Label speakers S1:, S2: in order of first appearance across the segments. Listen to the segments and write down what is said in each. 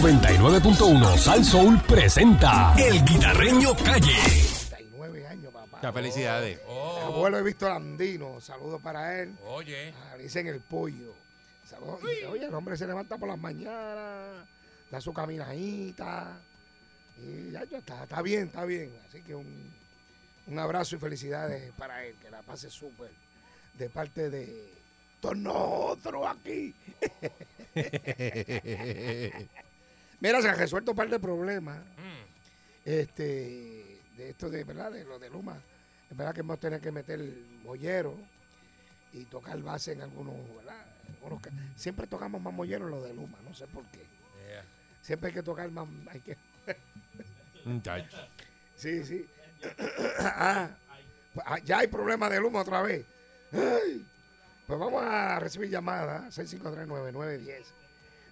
S1: 99.1 Sal Soul presenta El Guitarreño Calle.
S2: 39 años, papá.
S3: Muchas felicidades.
S4: Oh,
S2: Mi abuelo he visto Landino. Saludos para él.
S3: Oye.
S2: Ah, le dicen el pollo. Saludos. Y, Oye, el hombre se levanta por las mañanas, da su caminadita. Y ya, ya está, está bien, está bien. Así que un, un abrazo y felicidades para él. Que la pase súper. De parte de todos nosotros aquí. Mira, se han resuelto un par de problemas.
S4: Mm,
S2: Este, de esto de, ¿verdad? De lo de Luma. Es verdad que hemos tenido que meter mollero y tocar base en algunos, ¿verdad? Algunos ca- siempre tocamos más mollero en lo de Luma, no sé por qué. Siempre hay que tocar más, hay que,
S3: Muchacho.
S2: sí, sí. Ah, pues, ah, ya hay problema de Luma otra vez. Ay. Pues vamos a recibir llamada 6539910.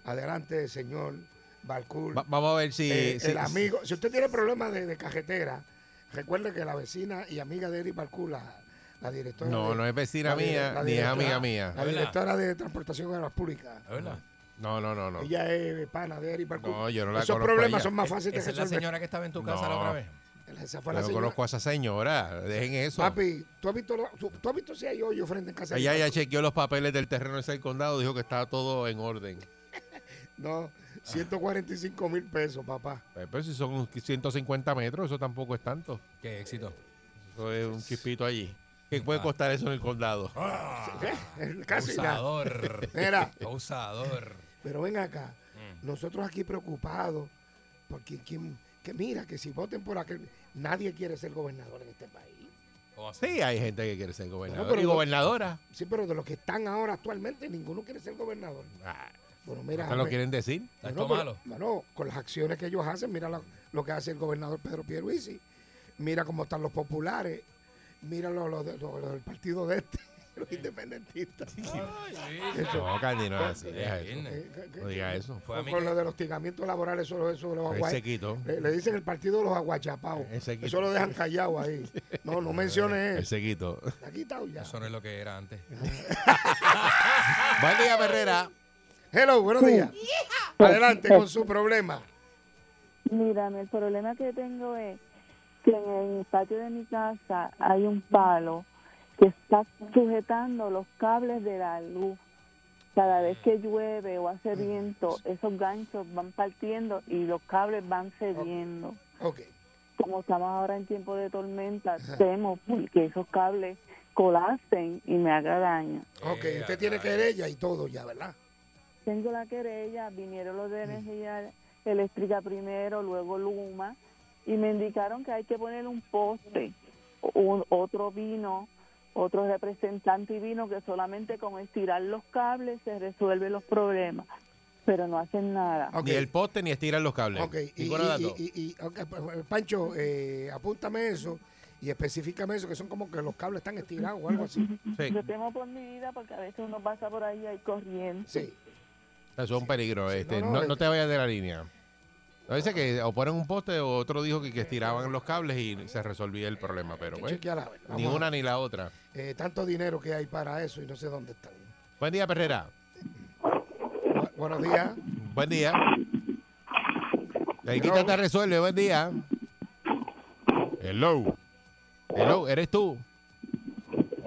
S2: Adelante, señor Balcour.
S3: Va- vamos a ver si.
S2: Eh,
S3: si-
S2: el amigo, si usted tiene problemas de, de cajetera, recuerde que la vecina y amiga de Eri Balcú, la, la directora.
S3: No,
S2: de-
S3: no es vecina
S2: la di-
S3: mía,
S2: la
S3: ni es
S2: directora-
S3: amiga mía.
S2: La directora de Transportación de las Públicas.
S4: Mm.
S3: No, no, no, no.
S2: Ella es pana de Eri Balcú.
S3: No, yo no la
S2: Esos
S3: conozco a
S2: problemas
S3: ella.
S2: son más fáciles
S4: Esa
S2: de
S4: es la
S2: resolver.
S4: señora que estaba en tu casa la otra
S3: No.
S4: vez.
S2: Esa fue
S3: Yo
S2: la
S3: no
S2: señora.
S3: conozco a esa señora. Dejen eso.
S2: Papi, ¿tú has visto, la- tú, tú has visto si hay hoyo frente en casa? de
S3: Ella
S2: Eri
S3: ya
S2: Balcú?
S3: chequeó los papeles del terreno ese del condado, dijo que estaba todo en orden.
S2: No, 145 mil pesos, papá.
S3: Eh, Pero si son 150 metros, eso tampoco es tanto.
S4: Qué éxito.
S3: Eso es un chispito allí. ¿Qué puede costar eso en el condado? Ah,
S2: Casi nada.
S4: Abusador.
S2: Mira.
S4: Abusador.
S2: Pero ven acá,
S3: Mm.
S2: nosotros aquí preocupados, porque quien, que mira, que si voten por aquel, nadie quiere ser gobernador en este país.
S4: ¿Cómo así?
S3: Sí, hay gente que quiere ser gobernador.
S2: pero
S3: y
S2: no-
S3: gobernadora.
S2: Sí, pero de los que están ahora actualmente, ninguno quiere ser gobernador.
S3: Ah,
S2: Bueno,
S3: ¿no
S2: mira,
S3: te lo
S2: pues,
S3: quieren decir?
S4: Está
S2: bueno,
S4: esto
S2: pero-
S4: malo.
S2: bueno, con las acciones que ellos hacen, mira lo, lo que hace el gobernador Pedro Pierluisi, mira cómo están los populares, mira los lo, de- lo- lo del partido de este, los independentistas.
S3: No, Candy, no es así. Deja eso.
S4: Viernes.
S2: Eh, que- que-
S3: No diga eso.
S4: Fue a mí
S2: con
S4: que-
S2: lo de los hostigamientos laborales, eso, eso los
S3: Él
S2: aguay-
S3: se quitó.
S2: Le, le dicen el partido de los aguachapaos.
S3: Él se quitó.
S2: Eso lo dejan callado ahí. No, no menciones
S3: Él
S2: eso.
S3: se quitó.
S2: Está quitado ya.
S4: Eso no es lo que era antes.
S3: Buen día, Herrera.
S2: Hello, buenos días. Adelante con su problema.
S5: Mira, el problema que tengo es que en el patio de mi casa hay un palo que está sujetando los cables de la luz. Cada vez que llueve o hace viento, esos ganchos van partiendo y los cables van cediendo.
S2: Ok.
S3: Eh,
S5: Como estamos ahora en tiempo de tormenta, temo que esos cables colapsen y me haga daño.
S2: Ok,
S4: Eh,
S2: usted tiene
S4: ay.
S2: querella y todo ya, ¿verdad?
S5: Tengo la querella, vinieron los de energía eléctrica primero, luego Luma, y me indicaron que hay que poner un poste, un- otro vino, otro representante y vino que solamente con estirar los cables se resuelven los problemas, pero no hacen nada.
S2: Ok.
S3: Ni el poste ni estiran los cables.
S2: Ok, y,
S3: Ninguna de las
S2: y-
S3: dos.
S2: y- y- ok, pa- pa- Pancho, eh, apúntame eso y específicame eso, que son como que los cables están estirados o algo así.
S3: Sí,
S5: Yo temo por mi vida porque a veces uno pasa por ahí y hay corriente.
S2: Sí.
S3: eso es un peligro. Este.
S2: no, no,
S3: No, no
S2: es-
S3: te vayas de la línea. A veces que o ponen un poste o otro dijo que, que estiraban los cables y se resolvía el problema. Pero
S2: Hay que
S3: pues,
S2: chequear, a ver, vamos
S3: ni
S2: a-
S3: una ni la otra.
S2: eh, tanto dinero que hay para eso y no sé dónde están.
S3: Buen día, Herrera.
S2: Bu- buenos días.
S3: Buen día. Ahí quita
S2: Hello.
S3: te resuelve. Buen día. Hello. Hello, eres tú.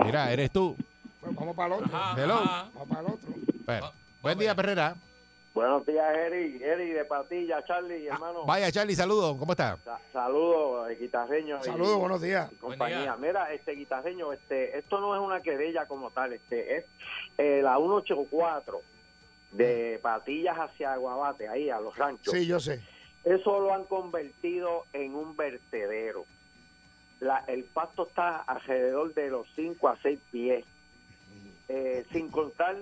S3: Mira, eres tú.
S2: Bueno, Pues vamos para el otro.
S3: Hello.
S4: Ajá. Ah,
S2: Vamos para el otro.
S3: Bueno, Buen día, Herrera.
S6: Buenos días, Eri, Eri de Patilla, Charlie,
S2: Ah,
S6: hermano.
S3: Vaya, Charlie, saludos. ¿Cómo está?
S6: Sa- Saludos, eh, guitarreño. y-
S2: Saludos, buenos días.
S6: y compañía.
S4: Buen
S6: Mira, este guitarreño, este, esto no es una querella como tal, este es eh, la 184 de Patillas hacia Aguabate, ahí a los ranchos.
S2: Sí, yo sé.
S6: Eso lo han convertido en un vertedero. La- el pasto está alrededor de los 5 a 6 pies, eh, sin contar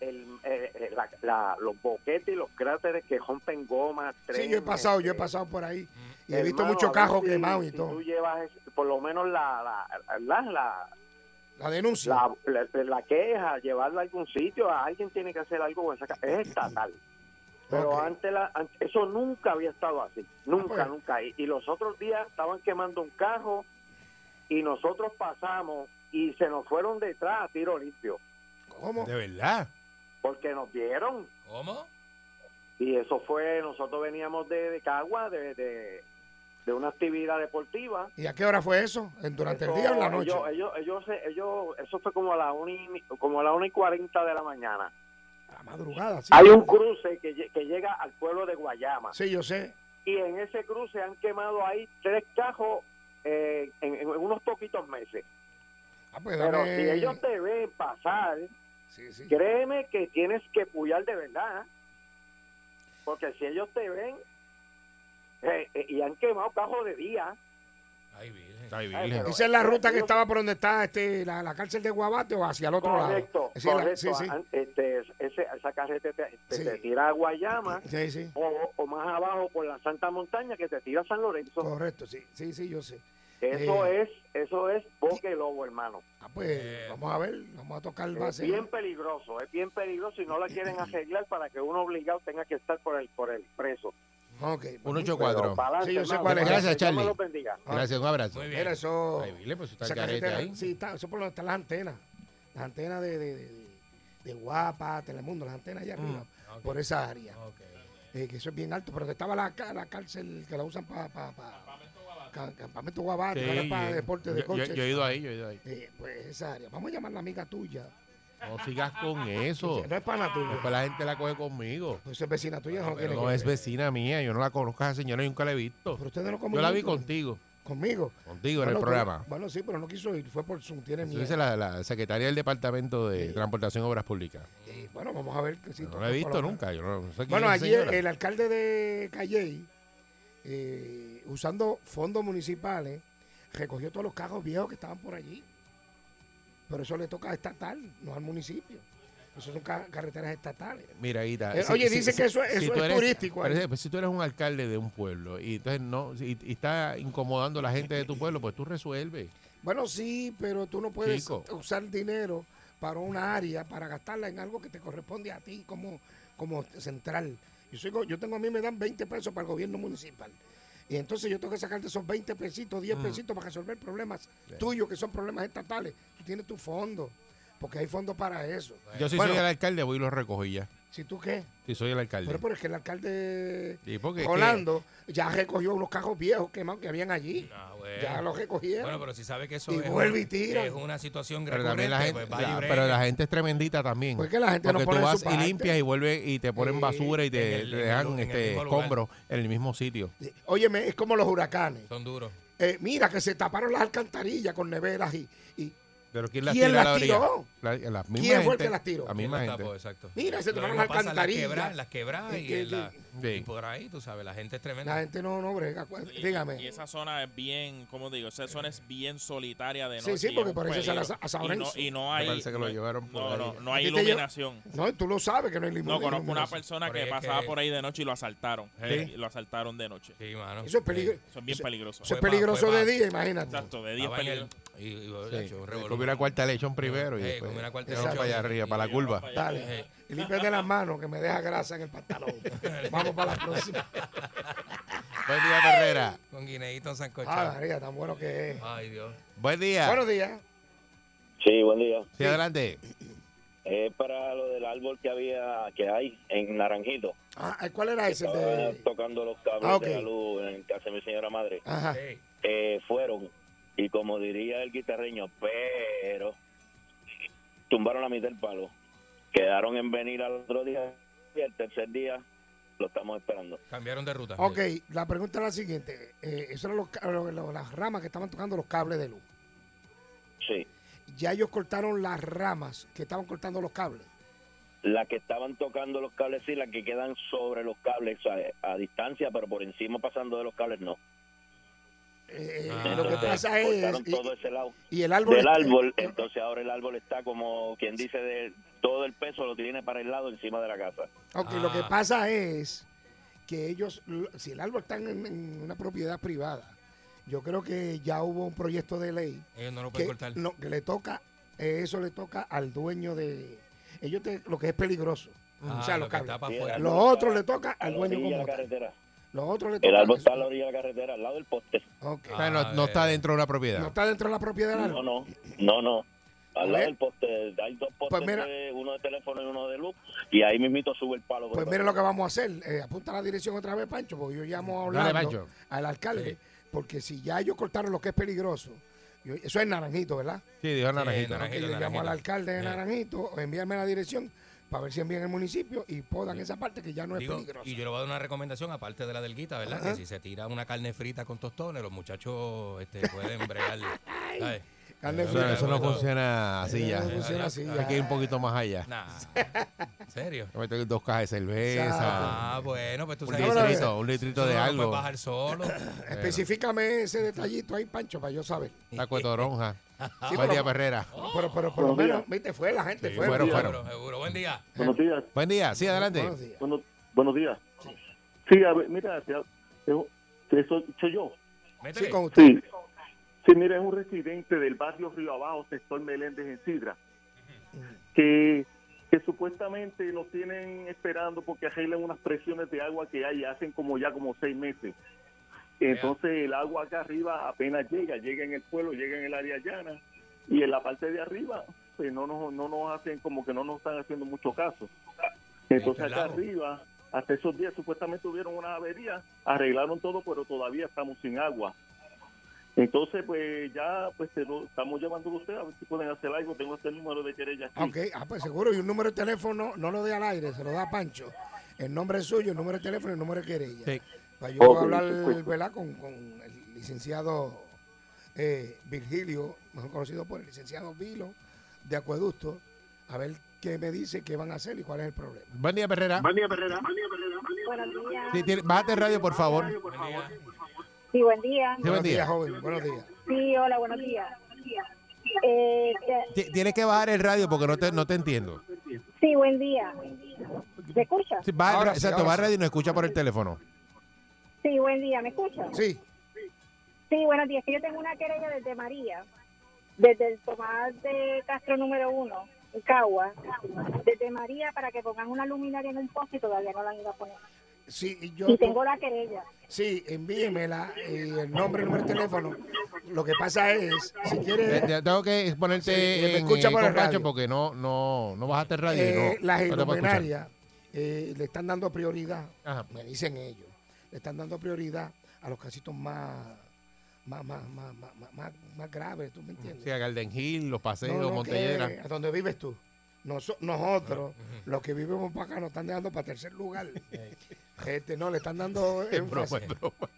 S6: el- eh, eh, la- la- los boquetes y los cráteres que rompen eh, gomas.
S2: Sí, yo he pasado, yo he pasado por ahí y he visto muchos cajos quemados y todo.
S6: Tú llevas es- por lo menos la, la, la, la,
S2: La denuncia.
S6: la, la- la queja, llevarla a algún sitio, a alguien tiene que hacer algo con esa ca- es estatal. Pero
S2: Ok.
S6: antes, la, an- eso nunca había estado así, nunca,
S2: pues.
S6: nunca. Y, y los otros días estaban quemando un carro y nosotros pasamos y se nos fueron detrás a tiro limpio,
S2: ¿Cómo?
S3: De verdad.
S6: porque nos vieron
S4: ¿Cómo?
S6: y Y eso fue, nosotros veníamos de, de Cagua, de, de, de una actividad deportiva.
S2: ¿Y a qué hora fue eso? ¿En- ¿Durante el día o en la
S6: Eso, eh,
S2: noche?
S6: Ellos, ellos, ellos, se- ellos- eso fue como a las 1 y, como a las una y 40 de la mañana.
S2: A la madrugada, sí.
S6: Hay un cruce que, lle- que llega al pueblo de Guayama.
S2: Sí, yo sé.
S6: Y en ese cruce han quemado ahí tres cajos eh, en, en unos poquitos meses.
S2: Ah, pues
S6: Pero
S2: dame-
S6: si ellos te ven pasar,
S2: Sí, sí.
S6: créeme que tienes que puyar de verdad. Porque si ellos te ven eh, eh, y han quemado cajos de día,
S4: Ay, virgen.
S3: Ay,
S6: Ay,
S3: virgen.
S6: pero-
S2: Esa es la ruta que
S6: ellos-
S2: estaba por donde está este, la, la cárcel de Guabate o hacia el otro
S6: correcto,
S2: lado. Sí, la-
S6: correcto.
S2: sí, sí.
S6: an- este, ese- esa carretera te, te-
S2: Sí.
S6: te tira a Guayama
S2: Sí, sí.
S6: o, o más abajo por la Santa Montaña que te tira a San Lorenzo.
S2: Correcto, sí, sí, sí, yo sé.
S6: Eso
S2: Eh.
S6: es, eso es bosque lobo, hermano.
S2: Ah, pues
S4: Eh.
S2: vamos a ver, vamos a tocar
S6: Es
S2: base.
S6: bien peligroso, es bien peligroso y no la quieren arreglar para que uno obligado tenga que estar por el por el preso.
S2: Ok, pues,
S3: Un
S2: vamos.
S3: 8-4.
S6: pa'lante,
S2: Sí, yo sé
S6: hermano.
S2: cuál es.
S3: Gracias,
S6: Que Dios me
S3: Charlie.
S6: los bendiga.
S3: Gracias, un abrazo.
S4: Muy bien.
S2: Mira, eso.
S3: Ay, Vile, pues está
S2: esa
S3: el carete
S2: carretera,
S3: ahí.
S2: Sí, está, eso por donde están las antenas. Las antenas de, de, de, de- de Guapa, Telemundo, las antenas allá arriba.
S3: Mm,
S4: ok.
S2: Por esa área.
S4: Ok.
S2: eh, que eso es bien alto, pero que estaba la, ca- la cárcel que la usan para pa, pa- ca- campamento Guabate,
S3: Sí,
S2: para
S3: yo-
S2: deportes de
S3: yo, yo-
S2: coches.
S3: yo he ido ahí, yo he ido ahí.
S2: Eh, pues esa área. Vamos a llamar a la amiga tuya.
S3: No sigas con eso.
S2: No es pana tuya.
S3: Después la gente la coge conmigo.
S2: Pues es vecina tuya, no
S3: Pero
S2: quiere
S3: no
S2: que-
S3: es vecina mía, yo no la conozco a esa señora, yo nunca la he visto.
S2: Pero ustedes no
S3: Yo la vi
S2: comunican.
S3: contigo,
S2: Conmigo.
S3: contigo en
S2: Bueno,
S3: el
S2: tú-
S3: programa.
S2: Bueno, sí, pero no quiso ir. Fue por Zoom. Tiene
S3: Eso
S2: miedo.
S3: dice la, la secretaria del Departamento de Transportación y Obras Públicas.
S2: Eh, bueno, vamos a ver. Que si
S3: No
S2: toca
S3: la he
S2: por
S3: visto
S2: acá.
S3: nunca, yo no, no sé quién
S2: Bueno,
S3: es esa
S2: allí el,
S3: señora.
S2: alcalde de Calley, eh, usando fondos municipales, recogió todos los carros viejos que estaban por allí. Pero eso le toca a estatal, no al municipio. Eso son ca- carreteras estatales.
S3: Mira, Guita,
S2: Eh, oye, dice que eso- eso
S3: tú
S2: es
S3: eres-
S2: turístico ahí.
S3: parece- pues, si tú eres un alcalde de un pueblo y entonces no si- y, está incomodando a la gente de tu pueblo, pues tú resuelves.
S2: Bueno, sí, pero tú no puedes
S3: Chico.
S2: usar dinero para una área, para gastarla en algo que te corresponde a ti como, como central. Yo, soy, go- yo tengo a mí me dan 20 pesos para el gobierno municipal. Y entonces yo tengo que sacarte esos 20 pesitos, 10
S3: Mm.
S2: pesitos para resolver problemas tuyos, que son problemas estatales. Tú tienes tu fondo, porque hay fondos para eso.
S3: Yo si
S2: Bueno.
S3: soy el alcalde, voy y lo recojo y ya.
S2: Si tú qué,
S3: Si soy el alcalde.
S2: pero, pero es que el alcalde
S3: Y porque es que-
S2: Rolando ya recogió unos cajos viejos quemados que habían allí.
S4: Ah, bueno.
S3: eh.
S2: Ya los recogieron.
S4: Bueno, pero si sabe que eso
S2: Y
S4: es,
S2: vuelve y
S4: una-
S2: tira.
S4: es una situación
S3: Pero
S4: grave.
S3: también la gente,
S4: pues vaya y
S3: la-
S4: bregue.
S3: pero la gente es tremendita también.
S2: Porque Pues la gente no
S3: Porque
S2: pone
S3: tú
S2: su
S3: vas y
S2: parte.
S3: limpias y vuelves y te ponen
S2: Sí.
S3: basura y te,
S4: En el-
S3: te
S4: en el
S3: dejan
S4: lu- en el
S3: este,
S4: mismo lugar.
S3: escombros en el mismo sitio.
S2: Óyeme, es como los huracanes.
S4: Son duros.
S2: Eh, mira que se taparon las alcantarillas con neveras y, y
S3: Pero ¿quién las
S2: ¿Quién
S3: tira
S2: las
S3: a la orilla?
S2: tiró?
S3: La- la misma
S2: ¿Quién fue el
S3: gente-
S2: que las tiró?
S3: La
S4: ¿Quién
S3: misma
S4: los
S3: gente.
S4: tapó? exacto.
S2: Mira, se
S4: Lo
S2: tomaron
S4: mismo
S2: las
S4: pasa en
S2: alcantarillas.
S4: Las quebras, las quebras
S2: Es
S4: y,
S2: que-
S4: en la-
S3: Sí.
S4: y por ahí, tú sabes, la gente es tremenda.
S2: la gente no, no brega. cu-
S7: Y-
S2: Dígame.
S7: Y esa zona es bien, ¿cómo digo? Esa zona es bien solitaria de
S2: Sí,
S7: noche.
S2: sí,
S7: y es
S2: porque
S7: un
S2: parece
S7: peligro.
S2: San- a San
S7: Y no-
S2: Lorenzo.
S7: Y no hay.
S3: parece que lo
S7: no hay-
S3: llevaron por
S7: No,
S3: ahí.
S7: no, no
S2: ¿A
S7: hay
S2: ti te lleva-
S7: iluminación.
S2: No, tú lo sabes que no hay limón.
S7: No, conozco una persona
S4: Pero es
S7: que pasaba
S4: que-
S7: por ahí de noche y lo asaltaron.
S3: Sí.
S7: Y Lo asaltaron de noche.
S4: Sí, mano.
S2: Eso es peligro.
S7: Eh, Son bien
S2: Eso-
S7: peligrosos.
S2: Eso es
S4: Fue pa-
S2: peligroso
S4: fue pa-
S2: de día, imagínate.
S7: Exacto, de
S4: Sí.
S7: 10
S4: Estaba en el-
S7: peligros.
S4: y- y-
S3: Sí.
S4: hecho, un revolú.
S3: Comió una cuarta lechón primero y
S4: Sí,
S3: después
S4: comió una cuarta
S3: se va
S4: lechón.
S3: para allá arriba, para la curva.
S2: Dale. Y límpiate las manos que me deja grasa en el pantalón. Vamos para la próxima.
S3: Buen día, Herrera.
S4: Con guineíto
S2: Ah,
S4: sancochado.
S2: María, tan bueno que es.
S4: Ay, Dios.
S3: Buen día.
S2: Buenos días.
S8: Sí, buen día.
S3: sí, adelante.
S8: Es para lo del árbol que había, que hay en Naranjito.
S2: Ah, ¿Cuál era ese?
S8: Estaba
S2: De...
S8: tocando los cables
S2: Ah, ok.
S8: de la luz en casa de mi señora madre.
S2: Ajá.
S4: Ey,
S8: Eh, fueron, y como diría el guitarreño, pero tumbaron la mitad del palo. Quedaron en venir al otro día y el tercer día lo estamos esperando.
S4: cambiaron de ruta.
S2: Ok, la pregunta es la siguiente. Eh, eso eran los ca- lo- lo- las ramas que estaban tocando los cables de luz.
S8: Sí.
S2: Ya ellos cortaron las ramas que estaban cortando los cables.
S8: Las que estaban tocando los cables sí, las que quedan sobre los cables, a, a distancia, pero por encima pasando de los cables no.
S2: Eh,
S4: Ah.
S2: lo que pasa es.
S8: Cortaron
S2: y- Pues, eh,
S8: todo ese lado.
S2: Y el árbol.
S8: del
S2: está-
S8: árbol, entonces ahora el árbol está como quien dice de todo el peso lo tiene para el lado encima de la casa.
S2: Ok, lo que
S4: Ah.
S2: pasa es que ellos, l- si el árbol está en, en una propiedad privada, yo creo que ya hubo un proyecto de ley
S4: Ellos no lo pueden
S2: que,
S4: cortar.
S2: no, que le toca, eh, eso le toca al dueño de. Ellos te- lo que es peligroso.
S4: Ah,
S2: o sea,
S4: lo
S2: los
S4: que
S2: cables.
S4: está para
S8: Sí,
S4: afuera.
S2: Los
S8: El árbol
S2: otros
S8: está
S2: le toca
S8: a
S2: al
S8: la
S2: dueño
S8: orilla de
S2: como
S8: la
S2: tal.
S8: carretera.
S2: Los otros le toca.
S8: El árbol
S2: al-
S8: está a la orilla de la carretera, al lado del poste.
S2: Ok.
S4: Ah, eh.
S3: O sea, no, no está dentro de una propiedad.
S2: No está dentro de la propiedad del
S8: No,
S2: árbol.
S8: no, no, no. Al
S2: Pues,
S8: lado del poste, hay dos postes,
S2: mira.
S8: de- uno de teléfono y uno de luz, y ahí mismito sube el palo.
S2: Pues mire lo que vamos a hacer. Eh, apunta la dirección otra vez, Pancho, porque yo llamo a Orlando,
S3: Pancho.
S2: al alcalde, porque si ya ellos cortaron lo que es peligroso, yo- eso es naranjito, ¿verdad?
S3: Sí, dijo naranjito.
S4: Naranjito,
S2: Que yo llamo
S4: Naranjito.
S2: al alcalde de
S4: Sí.
S2: Naranjito, envíame la dirección para ver si envían el municipio y podan esa parte que ya no es
S4: Digo,
S2: peligrosa.
S4: y yo le voy a dar una recomendación, aparte de la delguita, ¿verdad? Que si se tira una carne frita con tostones, los muchachos este, pueden bregar. ¿sabes?
S2: Carne
S4: Eh,
S3: Eso,
S2: frita.
S3: eso no funciona así ya.
S2: Eso no funciona así
S3: Hay
S2: ya.
S3: que ir un poquito más allá.
S4: Nah. ¿En serio?
S3: Yo meto dos cajas de cerveza.
S4: Ah, bueno, pues tú
S3: Un
S4: sabes. que
S3: litrito, un
S4: eso
S3: litrito
S4: no
S3: de
S4: lo
S3: algo.
S4: puedes bajar solo.
S2: Específícame ese detallito ahí, Pancho, para yo saber.
S3: Taco de toronja. Buen
S2: pero-
S3: día, Perrera.
S2: Pero, pero por lo menos, viste, fue la gente,
S3: Sí,
S2: fue.
S3: fueron,
S4: seguro,
S3: fueron.
S4: seguro. Buen día.
S9: Buenos días,
S3: Buen día, sí,
S2: Buenos
S3: adelante.
S2: días.
S9: buenos, buenos días. Sí, a ver, mira, se ha- se- eso soy yo.
S4: Métele.
S2: Sí, con usted.
S9: Sí. Sí, mira, es un residente del barrio Río Abajo, sector Meléndez en Sidra, que, que supuestamente nos tienen esperando porque arreglan unas presiones de agua que hay, hacen como ya como seis meses. Entonces el agua acá arriba apenas llega, llega en el pueblo, llega en el área llana y en la parte de arriba pues no nos, no nos hacen como que no nos están haciendo mucho caso. Entonces
S4: Ahí está
S9: acá
S4: el lago.
S9: arriba, hasta esos días supuestamente hubieron unas averías, arreglaron todo, pero todavía estamos sin agua. Entonces, pues ya pues se lo estamos llamando a usted a ver si pueden hacer algo. Tengo este número de querella aquí.
S2: Ah, ok. Ah, pues seguro. Y un número de teléfono, no lo dé al aire, se lo da a Pancho. El nombre es suyo, el número de teléfono y el número de querella.
S3: Sí.
S2: Para Pues yo
S9: Ok,
S2: hablar
S9: perfecto.
S2: ¿verdad? Con, con el licenciado eh, Virgilio, mejor conocido por el licenciado Vilo, de Acueducto, a ver qué me dice, qué van a hacer y cuál es el problema.
S3: Buen día, Perrera.
S10: Buenos días.
S3: Sí, tiene- bájate el radio, por favor. Sí,
S4: Buen día.
S10: Sí, buen día.
S3: buen
S2: buenos días,
S3: día.
S2: joven. Buenos días.
S10: Sí, hola, buenos días. Eh, eh,
S3: Ti- Tienes que bajar el radio porque no te, no te entiendo.
S10: sí, buen día. ¿Me escucha?
S3: Sí, baja el
S2: Ahora
S3: ra-
S2: sí,
S3: exacto,
S2: ahora
S3: baja el
S2: sí.
S3: radio y nos escucha por el teléfono.
S10: Sí, buen día. ¿Me escucha?
S2: Sí.
S10: Sí, buenos días. Que yo tengo una querella desde María, desde el Tomás de Castro número uno, en Cagua, desde María para que pongan una luminaria en un poste y todavía no la han ido a poner.
S2: Sí, y yo,
S10: Y tengo la querella.
S2: sí, envíemela eh, el nombre, el número de teléfono. Lo que pasa es, si
S3: Eh,
S2: quieres,
S3: te- tengo que ponerte
S2: Sí, que me
S3: en,
S2: escucha
S3: eh,
S2: por el
S3: con Pancho
S2: radio.
S3: porque no, no, no bajaste el radio. y
S2: eh,
S3: no,
S2: las
S3: no te puedo escuchar.
S2: iluminarias eh, le están dando prioridad
S3: Ajá.
S2: me dicen ellos, le están dando prioridad a los casitos más, más, más, más, más, más- más- más graves, ¿tú me entiendes?
S3: Sí, a Garden Hill, los paseos,
S2: No, no,
S3: Montellera.
S2: que a donde vives tú. Noso- nosotros, los que vivimos para acá, nos están dejando para tercer lugar. Este, no, le están dando
S3: Es broma,
S2: énfasis,
S3: es broma.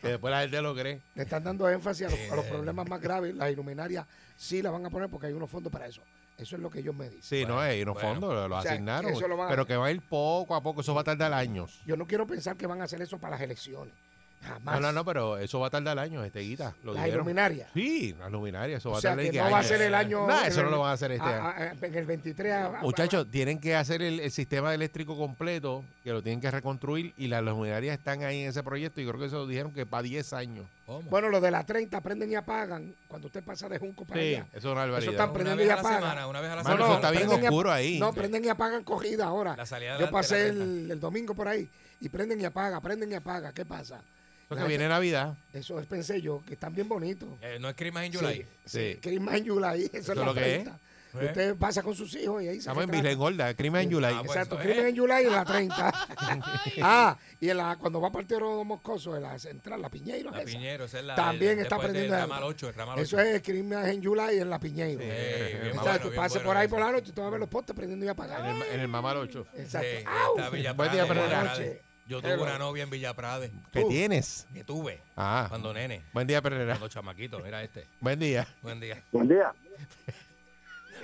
S3: Que después la gente lo cree.
S2: le están dando énfasis a los,
S3: Eh.
S2: a los problemas más graves. Las iluminarias sí las van a poner porque hay unos fondos para eso. Eso es lo que ellos me dicen.
S3: Sí, no,
S4: Bueno,
S3: hay unos
S4: bueno.
S3: fondos, lo, lo
S2: O sea,
S3: asignaron.
S2: eso lo van a-
S3: pero que va a ir poco a poco, eso va a tardar años.
S2: Yo no quiero pensar que van a hacer eso para las elecciones. Jamás.
S3: No, no, no, pero eso va a tardar años, este guita. Lo
S2: las
S3: dijeron.
S2: iluminarias.
S3: Sí, las luminarias, eso va
S2: O
S3: a
S2: sea,
S3: tardar
S2: que
S3: que
S2: no va a
S3: años.
S2: ser el año. Ah,
S3: Nah,
S2: en
S3: eso no
S2: el-
S3: lo van a hacer este
S2: a-
S3: año.
S2: a- en el 23. a- a-
S3: Muchachos, tienen que hacer el, el sistema eléctrico completo, que lo tienen que reconstruir, y las luminarias están ahí en ese proyecto, y creo que eso dijeron que para 10 años.
S4: ¿Cómo?
S2: bueno, los de la 30 prenden y apagan cuando usted pasa de Junco para allá.
S3: eso es una barbaridad.
S2: están
S4: una
S2: prendiendo
S4: vez
S2: y
S4: a la
S2: apaga.
S4: semana, una vez a la
S3: Mano,
S2: No, no,
S4: semana.
S3: eso está bien
S2: prenden y ap-
S3: oscuro ahí.
S2: No, prenden y apagan cogida ahora.
S4: La salida
S2: Yo
S4: adelante, la
S2: pasé
S4: renta.
S2: el, el domingo por ahí y prenden y apagan, prenden y apagan. ¿Qué pasa?
S3: Eso que viene Navidad.
S2: Eso es, pensé yo, que están bien bonitos.
S4: Eh, no es Christmas in
S2: Sí,
S4: July.
S2: sí,
S3: Sí.
S2: que hay más en Yulay, eso, es
S3: lo
S2: la
S3: que es. Pues.
S2: 30. Y Usted pasa con sus hijos y ahí se
S3: Estamos en
S2: retrata.
S3: Virgen Gorda, crimen en July.
S4: Ah, bueno.
S2: Exacto,
S4: Pues,
S2: crimen
S4: eh.
S2: en July en la 30. ah, y en la, cuando va a partir Moscoso, en la central, la Piñeiro.
S4: La
S2: esa.
S4: Piñero, esa es la.
S2: También
S4: el-
S2: está
S4: después
S2: prendiendo
S4: del
S2: el-
S4: ramal 8, el ramal 8.
S2: Eso es crimen en July en la Piñeiro.
S4: Sí,
S2: Exacto,
S4: bien bueno,
S2: Exacto,
S4: bien
S2: pase
S4: bueno
S2: por ahí
S4: eso.
S2: por la noche y tú vas a ver los postes prendiendo y
S3: En
S2: apagando.
S3: el, en el Mamal 8.
S2: Exacto.
S4: Sí,
S2: ¡Au!
S4: está Villa
S3: Buen día,
S4: Prade, Villa
S3: Perrera.
S4: Prade. Yo
S2: Hello.
S4: tuve una novia en Villa Prade
S3: ¿Qué
S2: Tú.
S3: tienes?
S4: que tuve
S3: Ah,
S4: cuando nene,
S3: buen día, Perrera.
S4: cuando chamaquito, mira este.
S3: Buen día,
S4: Buen día.
S9: Buen día.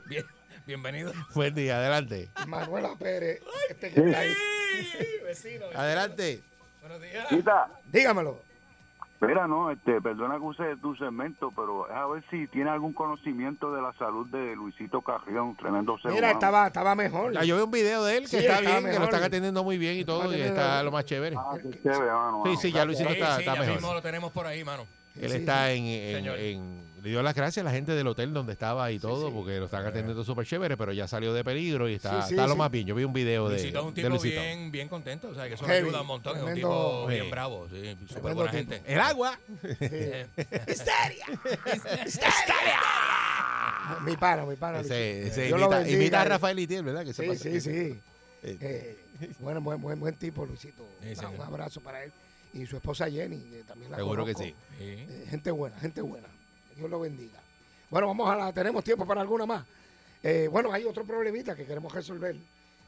S4: Bien, bienvenido.
S3: buen día, adelante.
S2: Manuela Pérez, este que está ahí.
S4: vecino.
S3: Adelante.
S4: Buenos días.
S9: Quita.
S2: Dígamelo.
S9: Mira, no, este, perdona que use tu segmento, pero es a ver si tiene algún conocimiento de la salud de Luisito Carrión, tremendo ser
S2: Mira, estaba, estaba mejor.
S3: Ah, Yo veo un video de él que
S2: Sí,
S3: está
S2: está
S3: bien, que lo
S2: mejor.
S3: están atendiendo muy bien y todo, y
S2: atendiendo Ah,
S3: está
S2: bien.
S3: lo más chévere. Sí,
S9: Sí,
S3: sí, ya Luisito
S4: Sí,
S3: está,
S4: sí,
S3: está
S4: ya mismo
S3: mejor.
S4: lo tenemos por ahí, mano.
S3: Él
S2: Sí,
S3: está en, en-
S4: Señor.
S3: en- Le dio las gracias a la gente del hotel donde estaba y todo, porque lo están atendiendo súper chévere, pero ya salió de peligro y está,
S2: Eh. Sí, sí,
S3: está lo
S2: sí.
S3: más bien. Yo vi un video de,
S4: Luisito es un
S3: de
S4: tipo
S3: Luisito.
S4: bien, bien contento, o sea, que eso le
S2: Heavy,
S4: ayuda un montón. Es un
S2: tremendo-
S4: tipo
S3: Sí.
S4: bien bravo, sí, súper buena
S2: tipo.
S4: gente.
S3: El agua.
S2: Sí.
S4: Eh,
S2: ¡Histeria! ¡Histeria! mi pana, mi pana.
S3: Ese-
S2: Luchín.
S3: ese
S2: Dios lo
S3: imita-
S2: bendiga.
S3: imita a Rafael Itiel, ¿verdad? Que se
S2: sí,
S3: pasa
S2: sí,
S3: que-
S2: sí.
S3: Eh.
S2: Eh, bueno, buen, buen, buen tipo, Luisito.
S3: Sí, sí.
S2: un abrazo para él. Y su esposa Jenny, que también la
S3: Seguro que
S2: conozco.
S3: sí. Sí.
S2: Eh, gente buena, gente buena. Que Dios lo bendiga. Bueno, vamos a la, tenemos tiempo para alguna más. Eh, bueno, hay otro problemita que queremos resolver.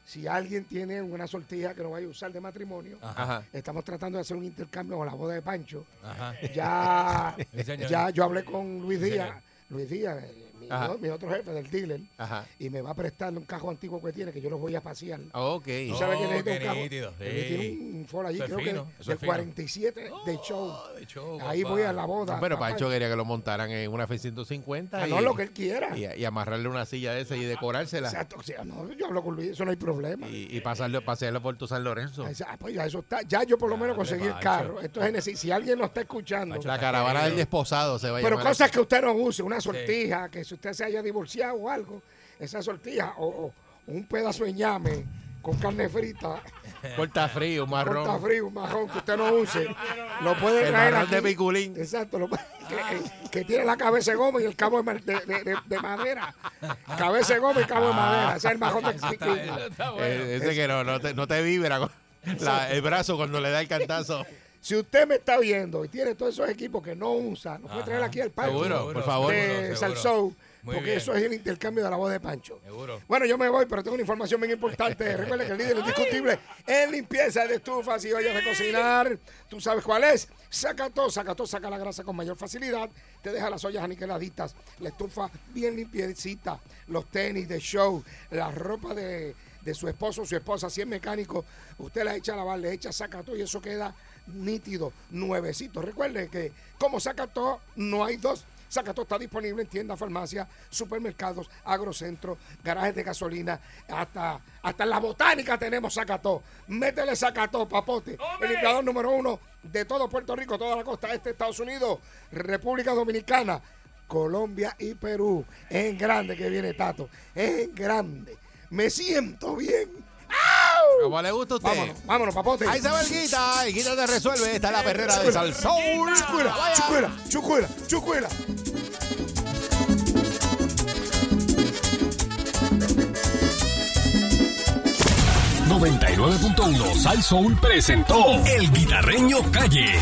S2: Si alguien tiene una sortija que no vaya a usar de matrimonio,
S3: Ah.
S4: Ajá.
S2: estamos tratando de hacer un intercambio con la boda de Pancho.
S4: Ajá.
S2: Ya,
S4: Sí, señor.
S2: ya yo hablé con Luis
S4: Sí,
S2: Díaz,
S4: señor.
S2: Luis Díaz, eh, mi,
S3: Ajá.
S2: o- mi otro jefe del dealer,
S3: Ajá.
S2: y me va a prestar un cajo antiguo que tiene que yo los voy a pasear.
S3: Ah, Ok.
S2: ¿Tú sabes que
S3: Oh,
S2: necesita
S3: qué
S2: un cajo?
S3: nítido,
S2: Él Tiene
S3: sí.
S2: un Ford allí,
S3: Eso es
S2: creo
S3: fino,
S2: que
S3: eso
S2: del
S3: es fino.
S2: 47 de show.
S4: show,
S2: Ahí
S3: papá.
S2: voy a la boda.
S3: Pero
S2: papá.
S3: Pancho quería que lo montaran en una F-150.
S2: Ah,
S3: y-
S2: no, lo que él quiera.
S3: Y, y amarrarle una silla de esa y decorársela.
S2: Exacto, o sea, no, yo hablo con Luis, eso no hay problema.
S3: Y, y pasarlo, pasearlo por tu San Lorenzo.
S2: Ah, pues ya eso está. Ya yo por lo menos conseguí el
S3: Pancho.
S2: carro. Entonces, si, si alguien lo está escuchando.
S3: La caravana del desposado se va a
S2: Pero
S3: llamar
S2: cosas
S3: así.
S2: que usted no use, una sortija, que si usted se haya divorciado o algo, esa sortija, o, o un pedazo de ñame con carne frita,
S3: Corta frío, un marrón.
S2: corta frío, un marrón que usted no use, lo puede
S3: El
S2: traer
S3: marrón
S2: aquí.
S3: de piculín.
S2: Exacto, lo puede- que, que tiene la cabeza de goma y el cabo de, ma- de- de- de- de madera. Cabeza de goma y cabo de madera, ese es el marrón de
S3: Ah,
S2: piculín.
S3: Eh, ese que no, no te, no te vibra con- la- el brazo cuando le da el cantazo.
S2: Si usted me está viendo y tiene todos esos equipos que no usa, lo puede
S3: Ajá.
S2: traer aquí al parque.
S3: Seguro, por favor.
S2: De
S3: Seguro, seguro.
S2: Salsou,
S3: Muy
S2: porque
S3: bien.
S2: eso es el intercambio de la voz de Pancho.
S4: Seguro.
S2: Bueno, yo me voy, pero tengo una información bien importante. Recuerden que el líder indiscutible en limpieza de estufas y ollas de cocinar. Tú sabes cuál es. Sacató, Sacató saca la grasa con mayor facilidad. Te deja las ollas aniquiladitas, la estufa bien limpiecita, los tenis de show, la ropa de, de su esposo o su esposa, si es mecánico, usted la echa a lavar, le echa Sacató y eso queda nítido, nuevecito. Recuerden que como Sacató no hay dos. Sacató está disponible en tiendas, farmacias, supermercados, agrocentros, garajes de gasolina, hasta, hasta en la botánica tenemos Sacató. Métele Sacató, papote. El limpiador número uno de todo Puerto Rico, toda la costa este, de Estados Unidos, República Dominicana, Colombia y Perú. En grande que viene Tato, en grande. Me siento bien. ¡Au!
S3: ¿Cómo le gusta a usted?
S2: Vámonos, vámonos, papote.
S3: Ahí se va el guita, el guita te resuelve. Esta es la perrera de Salsoul.
S2: Chucuela,
S3: Vaya.
S2: chucuela, chucuela, chucuela.
S1: Salsoul. 99.1 Sal Soul presentó El Guitarreño Calle.